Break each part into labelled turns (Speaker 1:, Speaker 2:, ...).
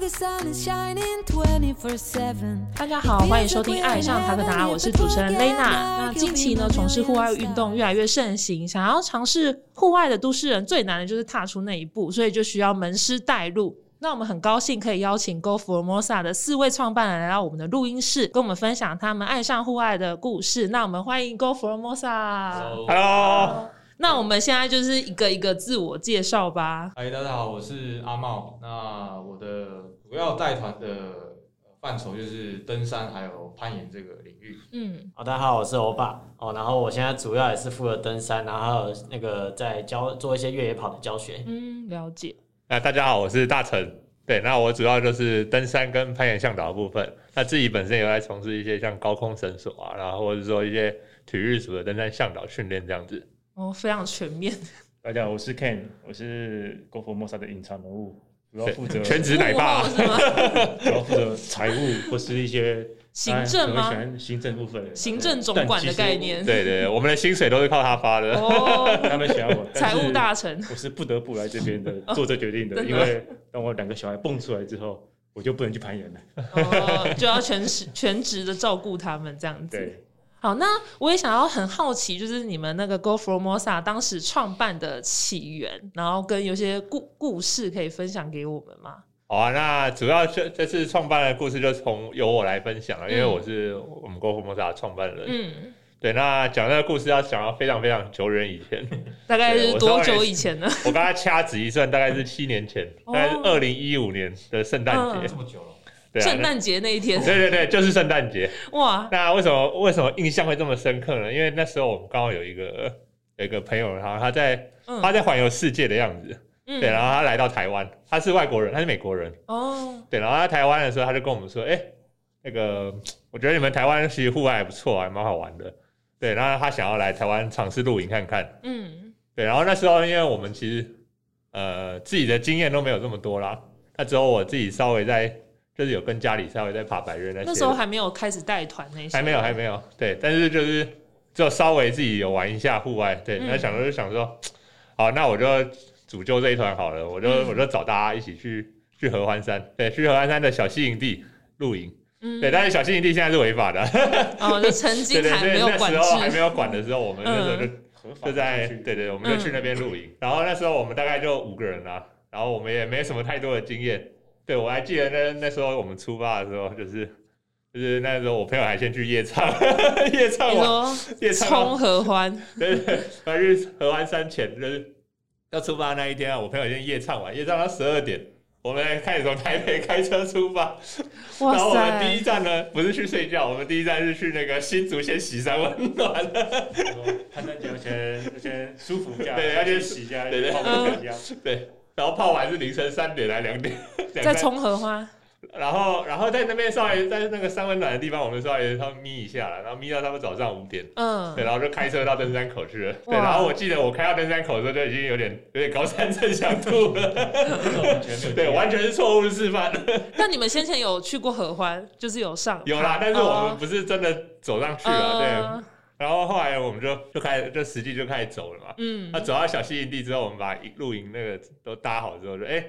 Speaker 1: the sun is shining 24/7.
Speaker 2: 大家好，欢迎收听《爱上塔克达》，我是主持人 Lena。那近期呢，从事户外运动越来越盛行，想要尝试户外的都市人，最难的就是踏出那一步，所以就需要门师带路。那我们很高兴可以邀请 Go Formosa 的四位创办人来到我们的录音室，跟我们分享他们爱上户外的故事。那我们欢迎 Go Formosa。
Speaker 3: Hello，
Speaker 2: 那我们现在就是一个一个自我介绍吧。
Speaker 3: 嗨，大家好，我是阿茂。那我的主要带团的呃范畴就是登山还有攀岩这个领域。
Speaker 2: 嗯，
Speaker 4: 好，大家好，我是欧巴哦，然后我现在主要也是负责登山，然后还有那个在教做一些越野跑的教学。
Speaker 2: 嗯，了解。
Speaker 5: 那呃大家好，我是大成。对，那我主要就是登山跟攀岩向导的部分。那自己本身也有在从事一些像高空绳索啊，然后或者说一些体育组的登山向导训练这样子。
Speaker 2: 哦，非常全面。
Speaker 6: 大啊家好，我是 Ken，我是 Go For Mosa 的隐藏人物，主要负责
Speaker 5: 全职奶
Speaker 2: 幕
Speaker 5: 爸
Speaker 2: 后，是吗？
Speaker 6: 主要负责财务或是一些
Speaker 2: 行政吗
Speaker 6: 哎我喜欢行政部分，
Speaker 2: 行政总管的概念。
Speaker 5: 对对，我们的薪水都是靠他发的。
Speaker 2: 哦，
Speaker 6: 但 其实。他们喜欢我，
Speaker 2: 财务大
Speaker 6: 臣，
Speaker 2: 臣。
Speaker 6: 我是不得不来这边的做这决定的，
Speaker 2: 真的
Speaker 6: 因为当我两个小孩蹦出来之后，我就不能去攀岩了。
Speaker 2: 哦，就要全时全职的照顾他们这样子。
Speaker 6: 对，
Speaker 2: 好，那我也想要很好奇，就是你们那个 Go Formosa 当时创办的起源，然后跟有些故故事可以分享给我们吗？
Speaker 5: 好啊，那主要这这次创办的故事就从由我来分享了，因为
Speaker 2: 嗯
Speaker 5: 我是我们 Go f o m o s a 创办人。
Speaker 2: 嗯，
Speaker 5: 对，那讲那个故事要讲到非常非常久远以前，
Speaker 2: 大概
Speaker 5: 对
Speaker 2: 是
Speaker 5: 我
Speaker 2: 多
Speaker 5: 稍
Speaker 2: 久
Speaker 5: 微
Speaker 2: 以前呢？
Speaker 5: 我刚才掐指一算，大概是七年前，大概是
Speaker 2: 哦嗯
Speaker 5: 二零一五年的圣诞节
Speaker 3: 这。么久了，
Speaker 5: 对 啊
Speaker 2: 圣
Speaker 5: 那
Speaker 2: 诞节那一天，
Speaker 5: 对啊对对，就是圣诞节。
Speaker 2: 哇，
Speaker 5: 那为什么为什么印象会这么深刻呢？因为那时候我们刚好有一个有一个朋友，然后他在
Speaker 2: 嗯
Speaker 5: 他在环游世界的样子，
Speaker 2: 嗯
Speaker 5: 对，然啊后他来到台湾，他是外国人，他是美国人，
Speaker 2: 哦，
Speaker 5: 对，然后他在台湾的时候，他就跟我们说，哎、那个我觉得你们台湾其实户外还不错，啊还蛮好玩的，对，然后他想要来台湾尝试露营看看，
Speaker 2: 嗯
Speaker 5: 对，然后那时候因为我们其实呃自己的经验都没有这么多啦，那只有我自己稍微在就是有跟家里稍微在爬百越那些的，
Speaker 2: 那时候还没有开始带团那些，
Speaker 5: 还没有，还没有，对，但是就是只有稍微自己有玩一下户外，对，
Speaker 2: 嗯
Speaker 5: 那想说就想说，好，那我就主揪这一团好了，我就、
Speaker 2: 嗯
Speaker 5: 我就找大家一起去去合欢山，对，去合欢山的小溪营地露营，
Speaker 2: 嗯
Speaker 5: 对，但是小溪营地现在是违法的，
Speaker 2: 哦，就曾
Speaker 5: 对
Speaker 2: 经
Speaker 5: 对
Speaker 2: 还没
Speaker 5: 对，
Speaker 2: 有
Speaker 5: 那
Speaker 2: 管
Speaker 5: 时候还没
Speaker 2: 制，嗯
Speaker 5: 有管的时候，我们那时候就、
Speaker 6: 合法
Speaker 5: 就在
Speaker 6: 去
Speaker 5: 对对，我们就去那边露营，然后那时候我们大概就五个人啦、啊然后我们也没什么太多的经验，对我还记得那那时候我们出发的时候就是。就是那时候，我朋友还先去夜唱， 夜唱
Speaker 2: 你
Speaker 5: 完
Speaker 2: 说
Speaker 5: 夜唱
Speaker 2: 冲
Speaker 5: 到，
Speaker 2: 合欢，
Speaker 5: 对对，对反正就是合完山前就是要出发那一天啊，我朋友已经夜唱完，夜唱到十二点，我们开始从台北开车出发，
Speaker 2: 哇
Speaker 5: 然后我们第一
Speaker 2: 塞，
Speaker 5: 站呢不是去睡觉，我们第一站是去那个新竹先洗三温暖，
Speaker 6: 攀山脚先要先舒服一下，
Speaker 5: 对要先
Speaker 6: 洗一下，
Speaker 5: 对对
Speaker 6: 泡温泉一下。
Speaker 5: 对，然后泡完是凌晨三点来两点，两
Speaker 2: 在
Speaker 5: 三
Speaker 2: 冲合欢，
Speaker 5: 然后然后在那边稍微在那个三温暖的地方，我们稍微稍微眯一下了，然后眯到他们早上五点。
Speaker 2: 嗯
Speaker 5: 对，，然后就开车到登山口去了。对，
Speaker 2: 哇
Speaker 5: 然后我记得我开到登山口的时候，就已经有点有点高山症想吐 了。对，完全是错误示范。
Speaker 2: 那你们先前有去过合欢，就是有上呃
Speaker 5: 有啦，但是我
Speaker 2: 哦
Speaker 5: 们不是真的走上去了。
Speaker 2: 对，
Speaker 5: 对，然后后来我们就就开始就实际就开始走了嘛。
Speaker 2: 嗯
Speaker 5: 那，走到小溪营地之后，我们把露营那个都搭好之后，就哎，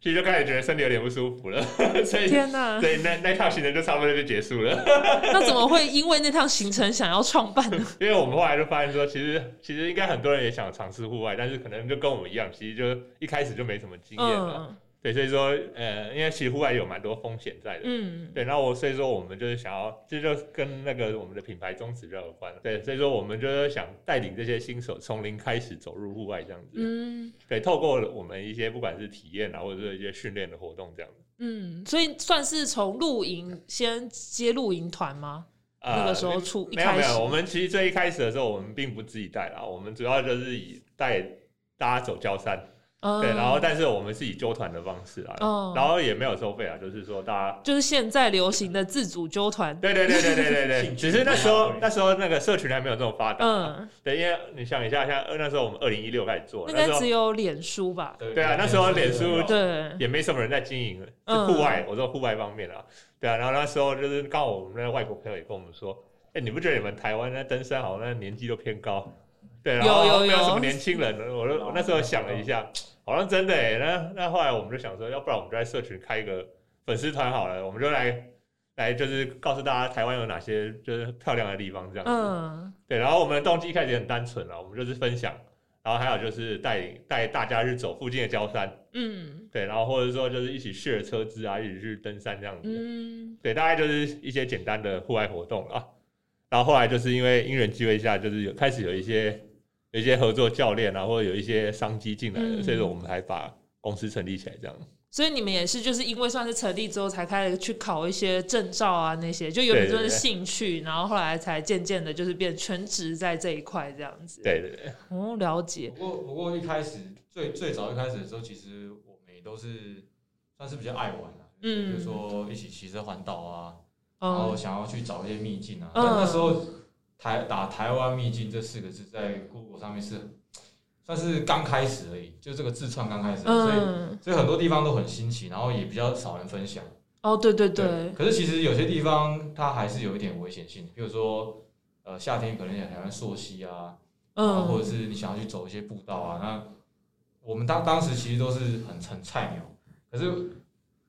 Speaker 5: 其实就开始觉得身体有点不舒服了， 所以。
Speaker 2: 天哪，
Speaker 5: 对，那那趟行程就差不多就结束了，
Speaker 2: 那怎么会因为那趟行程想要创办呢？
Speaker 5: 因为我们后来就发现说，其实其实应该很多人也想尝试户外，但是可能就跟我们一样，其实就一开始就没什么经验啊了。
Speaker 2: 嗯
Speaker 5: 对，所以说，呃，因为其实户外有蛮多风险在的。
Speaker 2: 嗯，
Speaker 5: 对，然后我所以说我们就是想要，这就跟那个我们的品牌宗旨比较有
Speaker 2: 嗯
Speaker 5: 关。对，所以说我们就是想带领这些新手从零开始走入户外这样子。
Speaker 2: 嗯
Speaker 5: 对，透过我们一些不管是体验啊，或者是一些训练的活动这样子。
Speaker 2: 嗯，所以算是从露营先接露营团吗？
Speaker 5: 啊
Speaker 2: 那个时候出一
Speaker 5: 没有
Speaker 2: 开
Speaker 5: 没
Speaker 2: 始
Speaker 5: 有，我们其实最一开始的时候，我们并不自己带啦，我们主要就是以带大家走郊山。
Speaker 2: 嗯，
Speaker 5: 对，然后但是我们是以纠团的方式啦，
Speaker 2: 嗯
Speaker 5: 然后也没有收费啊，就是说大家
Speaker 2: 就是现在流行的自主纠团，
Speaker 5: 对对对对对对对，
Speaker 6: 兴
Speaker 5: 只
Speaker 6: 趣
Speaker 5: 是那时
Speaker 6: 不
Speaker 5: 候
Speaker 6: 太
Speaker 5: 那时候那个社群还没有这么发达。
Speaker 2: 嗯，
Speaker 5: 对，因为你想一下，像呃那时候我们二零一六开始做，
Speaker 2: 那
Speaker 5: 那
Speaker 2: 该
Speaker 5: 时
Speaker 2: 只
Speaker 5: 候
Speaker 2: 有脸书吧？
Speaker 5: 对啊那时候脸书
Speaker 2: 对，
Speaker 5: 也没什么人在经营，是
Speaker 2: 嗯
Speaker 5: 户外，我说户外方面啊，对啊，然后那时候就是刚好我们那个外国朋友也跟我们说，哎，你不觉得你们台湾那登山好像年纪都偏高？对，然后
Speaker 2: 有有哦
Speaker 5: 没有什
Speaker 2: 有
Speaker 5: 么年轻人，我就我那时候想了一下，好像真的哎，那那后来我们就想说，要不然我们就在社群开一个粉丝团好了，我们就来来就是告诉大家台湾有哪些就是漂亮的地方这样子。
Speaker 2: 嗯，
Speaker 5: 对，然后我们的动机一开始也很单纯啊了，我们就是分享，然后还有就是带带大家去走附近的郊山，
Speaker 2: 嗯，
Speaker 5: 对，然后或者说就是一起 share 车资啊，一起去登山这样子。
Speaker 2: 嗯，
Speaker 5: 对，大概就是一些简单的户外活动啊。然后后来就是因为因缘机会下，就是有开始有一些有一些合作教练啊，或者有一些商机进来了，
Speaker 2: 嗯
Speaker 5: 所以说我们才把公司成立起来这样。
Speaker 2: 所以你们也是就是因为算是成立之后才开始去考一些证照啊那些，就有点
Speaker 5: 对对
Speaker 2: 就是
Speaker 5: 对
Speaker 2: 兴趣，然后后来才渐渐的就是变全职在这一块这样子。，
Speaker 5: 对对对，
Speaker 2: 哦，了解，
Speaker 3: 不过不过一开始最最早一开始的时候，其实我们也都是算是比较爱玩啊，
Speaker 2: 嗯
Speaker 3: 比如说一起骑车环岛啊，然后
Speaker 2: 嗯
Speaker 3: 想要去找一些秘境啊。
Speaker 2: 嗯
Speaker 3: 但那时候台打台湾秘境这四个字在 Google 上面是算是刚开始而已，就这个自创刚开始，所以
Speaker 2: 嗯，
Speaker 3: 所以很多地方都很新奇，然后也比较少人分享。
Speaker 2: 哦，对对对，
Speaker 3: 可是其实有些地方它还是有一点危险性，比如说呃夏天可能也很喜欢溯溪啊，啊，或
Speaker 2: 嗯
Speaker 3: 者是你想要去走一些步道啊。那我们当当时其实都是很很菜鸟，可是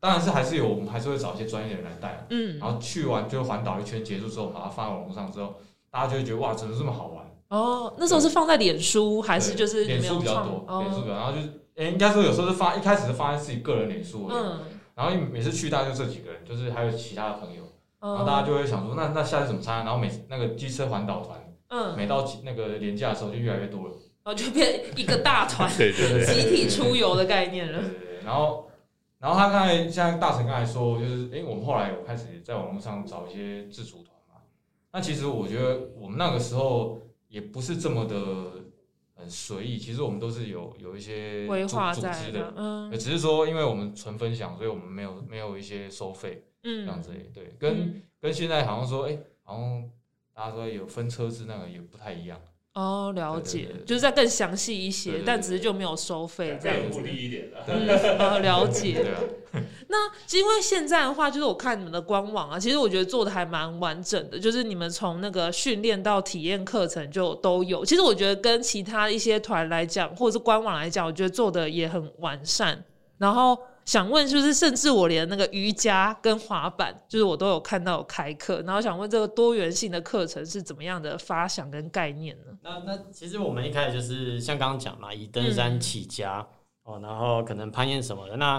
Speaker 3: 当然是还是有，我们还是会找一些专业的人来带啊。
Speaker 2: 嗯，
Speaker 3: 然后去完就环岛一圈结束之后，把它放在网络上之后，大家就会觉得哇，怎么这么好玩？
Speaker 2: 哦，那时候是放在脸书还是
Speaker 3: 对
Speaker 2: 就是你
Speaker 3: 脸
Speaker 2: 们有
Speaker 3: 书比较
Speaker 2: 创
Speaker 3: 多，脸书
Speaker 2: 哦，
Speaker 3: 比较，然后就是。哎、应该说有时候是发，一开始是发在自己个人脸书而已，
Speaker 2: 嗯，
Speaker 3: 然后每次去大概就这几个人，就是还有其他的朋友，然后
Speaker 2: 嗯，
Speaker 3: 大家就会想说，那那下次怎么参加？然后每那个机车环岛团，
Speaker 2: 嗯，
Speaker 3: 每到那个年假的时候就越来越多了。
Speaker 2: 然后就变一个大 团
Speaker 5: 对对 对，
Speaker 2: 集体出游的概念
Speaker 3: 对
Speaker 2: 了。
Speaker 3: 对对，然后，然后他刚才像大成刚才说，就是哎、诶我们后来有开始在网络上找一些自主团嘛。那其实我觉得我们那个时候也不是这么的很随意，其实我们都是有有一些
Speaker 2: 规
Speaker 3: 组
Speaker 2: 划
Speaker 3: 组
Speaker 2: 在
Speaker 3: 织
Speaker 2: 的
Speaker 3: 的，，
Speaker 2: 嗯
Speaker 3: 只是说因为我们纯分享，所以我们没有没有一些收费这样
Speaker 2: 嗯，
Speaker 3: 子而已。对，跟、
Speaker 2: 嗯
Speaker 3: 跟现在好像说，哎、好像大家说有分车资那个也不太一样。
Speaker 2: 哦，了
Speaker 3: 对对
Speaker 2: 解
Speaker 3: 对，对
Speaker 2: 就是再更详细一些
Speaker 3: 对，对
Speaker 2: 但
Speaker 3: 对
Speaker 2: 只是就没有收费这样子。
Speaker 5: 一点的。
Speaker 2: 嗯，呃，了解。
Speaker 3: 对啊，
Speaker 2: 那因为现在的话，就是我看你们的官网啊，其实我觉得做的还蛮完整的，就是你们从那个训练到体验课程就都有。其实我觉得跟其他一些团来讲，或者是官网来讲，我觉得做的也很完善。然后想问，就是甚至我连那个瑜伽跟滑板，就是我都有看到有开课。然后想问这个多元性的课程是怎么样的发想跟概念呢？
Speaker 4: 那那其实我们一开始就是像刚刚讲嘛，以登山起家、哦，然后可能攀岩什么的。那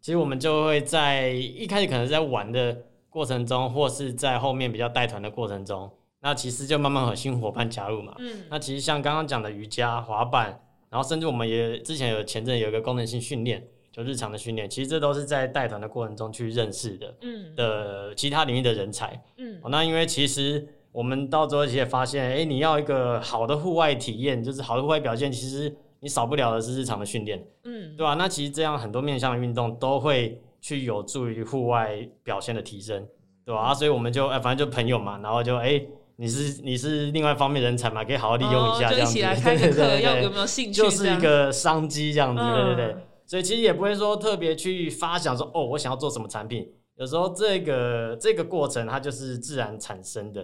Speaker 4: 其实我们就会在一开始可能在玩的过程中，或是在后面比较带团的过程中，那其实就慢慢有新伙伴加入嘛。
Speaker 2: 嗯
Speaker 4: 那其实像刚刚讲的瑜伽、滑板，然后甚至我们也之前有前阵有一个功能性训练，就日常的训练，其实这都是在带团的过程中去认识的
Speaker 2: 嗯
Speaker 4: 的其他领域的人才。
Speaker 2: 嗯
Speaker 4: 哦，那因为其实我们到最后也发现，哎、你要一个好的户外体验，就是好的户外表现，其实你少不了的是日常的训练，
Speaker 2: 嗯，
Speaker 4: 对吧、啊那其实这样很多面向的运动都会去有助于户外表现的提升，对吧、啊？所以我们就哎、反正就朋友嘛，然后就哎、你是你是另外一方面人才嘛，可以好好利用一下，
Speaker 2: 哦就
Speaker 4: 这样
Speaker 2: 一
Speaker 4: 子，
Speaker 2: 起来
Speaker 4: 对
Speaker 2: 开个
Speaker 4: 对
Speaker 2: 课，
Speaker 4: 对
Speaker 2: 要
Speaker 4: 对
Speaker 2: 有没有兴趣？
Speaker 4: 就是一个商机这样子，对对对
Speaker 2: 嗯。
Speaker 4: 所以其实也不会说特别去发想说哦，我想要做什么产品。有时候这个这个过程它就是自然产生的，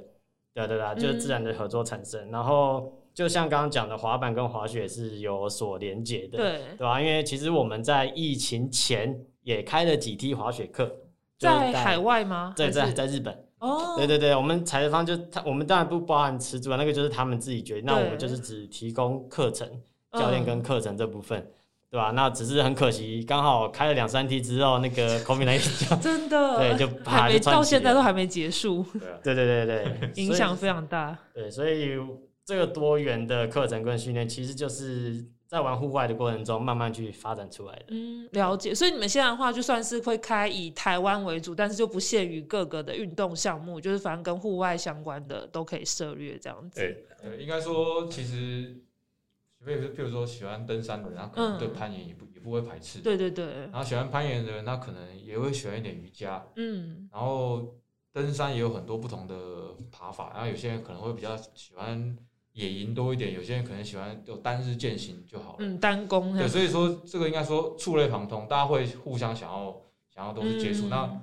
Speaker 4: 对对对啊，
Speaker 2: 嗯
Speaker 4: 就是自然的合作产生。然后就像刚刚讲的，滑板跟滑雪是有所连接的，
Speaker 2: 对。
Speaker 4: 对吧、因为其实我们在疫情前也开了几梯滑雪课，就是
Speaker 2: 在海，外吗？
Speaker 4: 在
Speaker 2: 还
Speaker 4: 在
Speaker 2: 是
Speaker 4: 在日本。
Speaker 2: 哦，
Speaker 4: 对对对，我们采方就他，我们当然不包含吃住啊，那个就是他们自己决定。那
Speaker 2: 对
Speaker 4: 我们就是只提供课程、教练跟
Speaker 2: 嗯
Speaker 4: 课程这部分，对吧、那只是很可惜，刚好开了两三梯之后，那 个 COVID 来就
Speaker 2: 真的
Speaker 4: 对就
Speaker 2: 还
Speaker 4: 啪
Speaker 2: 没
Speaker 4: 就窜
Speaker 2: 到
Speaker 4: 起
Speaker 2: 现在
Speaker 4: 了
Speaker 2: 都还没结束，
Speaker 4: 对 对对对，
Speaker 2: 影响非常大。
Speaker 4: 所以。对，所以这个多元的课程跟训练，其实就是在玩户外的过程中慢慢去发展出来的。
Speaker 2: 嗯，了解。所以你们现在的话，就算是会开以台湾为主，但是就不限于各个的运动项目，就是反正跟户外相关的都可以涉略这样子。
Speaker 5: 对，
Speaker 3: 对，应该说其实，譬如譬如说喜欢登山的人，他可
Speaker 2: 嗯
Speaker 3: 能对攀岩也不、也不会排斥。。
Speaker 2: 对对对，
Speaker 3: 然后喜欢攀岩的人，他可能也会喜欢一点瑜伽。
Speaker 2: 嗯
Speaker 3: 然后登山也有很多不同的爬法，然后有些人可能会比较喜欢野营多一点，有些人可能喜欢有单日践行就好了。
Speaker 2: 嗯，单攻这
Speaker 3: 对，
Speaker 2: 样
Speaker 3: 所以说这个应该说触类旁通，大家会互相想要想要都是接触。
Speaker 2: 嗯
Speaker 3: 那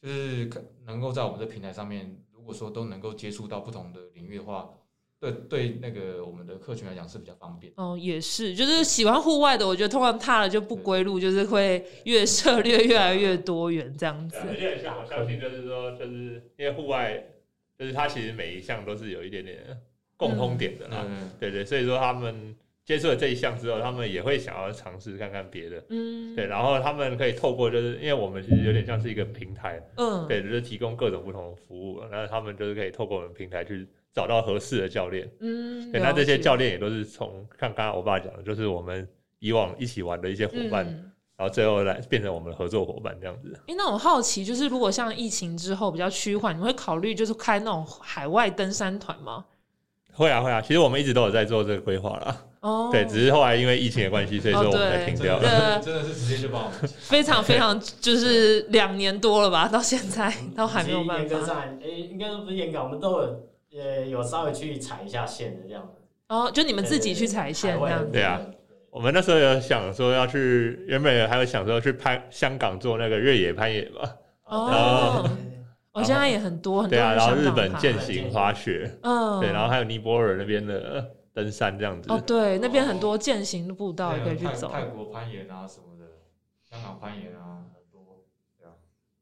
Speaker 3: 就是可能够在我们的平台上面，如果说都能够接触到不同的领域的话，对对那个我们的客群来讲是比较方便。
Speaker 2: 哦，也是，就是喜欢户外的，我觉得通常踏了就
Speaker 5: 嗯
Speaker 2: 不归路，就是会越涉猎越来越多元这样子
Speaker 5: 对。啊而且很像我相信，就是说，就是因为户外，就是它其实每一项都是有一点点共通点的啦。
Speaker 3: 嗯，
Speaker 5: 对对，所以说他们接触了这一项之后，他们也会想要尝试看看别的。
Speaker 2: 嗯，
Speaker 5: 对，，然后他们可以透过，就是因为我们其实有点像是一个平台，
Speaker 2: 嗯，
Speaker 5: 对，就是提供各种不同的服务，那他们就是可以透过我们平台去找到合适的教练。
Speaker 2: 嗯，
Speaker 5: 对，那这些
Speaker 2: 了解
Speaker 5: 教练也都是从像刚刚我爸讲的，就是我们以往一起玩的一些伙伴，
Speaker 2: 嗯
Speaker 5: 然后最后来变成我们的合作伙伴这样子。
Speaker 2: 诶那我好奇，就是如果像疫情之后比较趋缓，你会考虑就是开那种海外登山团吗？
Speaker 5: 会啊会啊，其实我们一直都有在做这个规划啦。
Speaker 2: 哦，
Speaker 5: 对，只是后来因为疫情的关系，所以说我们才停
Speaker 3: 真
Speaker 5: 掉
Speaker 3: 的
Speaker 5: 了。
Speaker 2: 对
Speaker 3: 真的是直接就把我们
Speaker 2: 非常非 常，就是两年多了吧，到现在都还没有办
Speaker 4: 其实严格上
Speaker 2: 法。
Speaker 4: 来，诶、应该说不是严格，我们都有呃有稍微去踩一下线的这样子。
Speaker 2: 哦，就你们自己去踩线这样子。
Speaker 5: 对啊，我们那时候有想说要去，原本还有想说去攀香港做那个越野攀野嘛，
Speaker 2: 哦
Speaker 4: 对，
Speaker 2: 我现在也很多很多
Speaker 5: 对啊，
Speaker 2: 人
Speaker 5: 然后
Speaker 2: 想
Speaker 5: 日
Speaker 2: 当
Speaker 5: 本
Speaker 2: 他
Speaker 5: 践行滑雪，
Speaker 2: 嗯，
Speaker 5: 对，然后还有尼泊尔那边的登山这样子
Speaker 2: 哦，，对，那边很多践行的步道也可以去
Speaker 3: 啊泰
Speaker 2: 走。
Speaker 3: 泰国攀岩啊什么的，香港攀岩啊很多。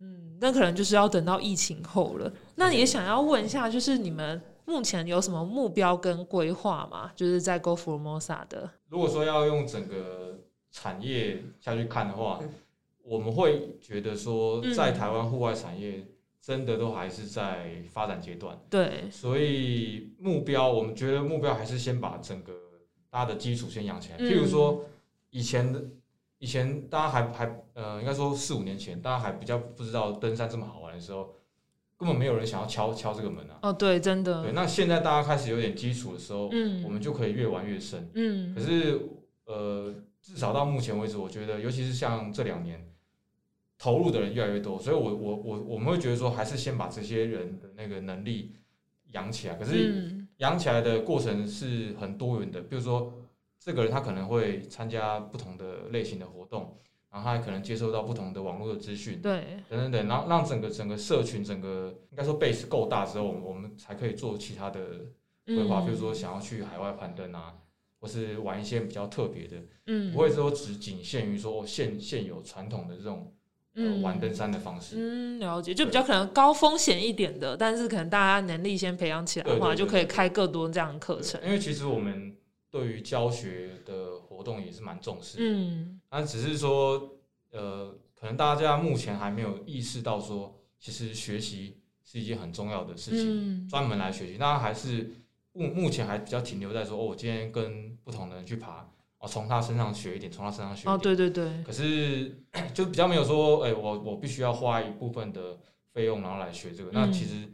Speaker 2: 嗯，那可能就是要等到疫情后了。那也想要问一下，就是你们目前有什么目标跟规划吗？就是在 Go Formosa 的，
Speaker 3: 如果说要用整个产业下去看的话，我们会觉得说，
Speaker 2: 嗯
Speaker 3: 在台湾户外产业真的都还是在发展阶段，
Speaker 2: 对，
Speaker 3: 所以目标我们觉得目标还是先把整个大家的基础先养起来。
Speaker 2: 嗯
Speaker 3: 譬如说，以前的以前大家还还呃，应该说四五年前，大家还比较不知道登山这么好玩的时候，根本没有人想要敲敲这个门啊。
Speaker 2: 哦，对，真
Speaker 3: 对，
Speaker 2: 的，
Speaker 3: 那现在大家开始有点基础的时候，
Speaker 2: 嗯，
Speaker 3: 我们就可以越玩越深。可
Speaker 2: 嗯
Speaker 3: 是呃，至少到目前为止，我觉得，尤其是像这两年，投入的人越来越多，所以我我我我们会觉得说，还是先把这些人的那个能力养起来。可是
Speaker 2: 嗯
Speaker 3: 养起来的过程是很多元的，比如说这个人他可能会参加不同的类型的活动，然后他可能接受到不同的网络的资讯。
Speaker 2: 对，
Speaker 3: 等等等，然后让整个整个社群整个应该说 base 够大之后，我们我们才可以做其他的规划，
Speaker 2: 嗯
Speaker 3: 比如说想要去海外攀登啊，或是玩一些比较特别的，
Speaker 2: 嗯，
Speaker 3: 不会说只仅限于说哦现现有传统的这种、呃、
Speaker 2: 嗯
Speaker 3: 玩登山的方式。
Speaker 2: 嗯，了解，就比较可能高风险一点的，但是可能大家能力先培养起来的话，
Speaker 3: 对对对
Speaker 2: 就可以开更多这样的课
Speaker 3: 对
Speaker 2: 程。
Speaker 3: 因为其实我们对于教学的活动也是蛮重视的，
Speaker 2: 嗯
Speaker 3: 但只是说呃，可能大家目前还没有意识到说，其实学习是一件很重要的事情。
Speaker 2: 嗯
Speaker 3: 专门来学习，那还是目目前还比较停留在说，哦，我今天跟不同的人去爬，哦，从他身上学一点，从他身上学一点。
Speaker 2: 哦，对对对，
Speaker 3: 可是就比较没有说，哎、我我必须要花一部分的费用，然后来学这个。那
Speaker 2: 嗯
Speaker 3: 其实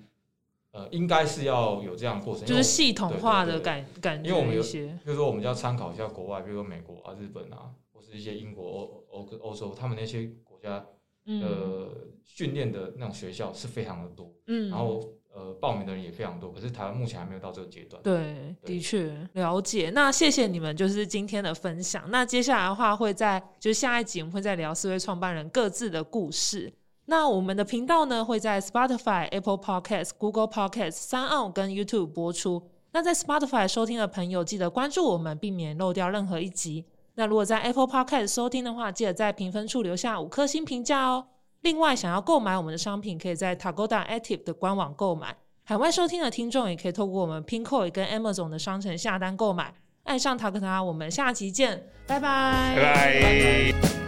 Speaker 3: 呃，应该是要有这样的过程，因
Speaker 2: 就
Speaker 3: 为
Speaker 2: 是
Speaker 3: 我
Speaker 2: 系统化的
Speaker 3: 对对对
Speaker 2: 感感
Speaker 3: 因为我们
Speaker 2: 觉
Speaker 3: 有
Speaker 2: 一些，
Speaker 3: 比如说我们就要参考一下国外，比如说美国啊、日本啊，或是一些英国、欧欧欧洲，他们那些国家
Speaker 2: 嗯
Speaker 3: 的训练的那种学校是非常的多，
Speaker 2: 嗯，
Speaker 3: 然后呃，报名的人也非常多。可是台湾目前还没有到这个阶段。
Speaker 2: 对，
Speaker 3: 对
Speaker 2: 的确了解。那谢谢你们，就是今天的分享。那接下来的话，会在就是下一集我们会再聊四位创办人各自的故事。那我们的频道呢会在 Spotify、Apple Podcast、Google Podcast、三奥跟 YouTube 播出。那在 Spotify 收听的朋友，记得关注我们，避免漏掉任何一集。那如果在 Apple Podcast 收听的话，记得在评分处留下五颗星评价哦。另外，想要购买我们的商品，可以在 Tagoda Active 的官网购买。海外收听的听众也可以透过我们 Pinko 跟 Amazon 的商城下单购买。爱上塔克塔，我们下期见，拜拜
Speaker 5: 拜拜。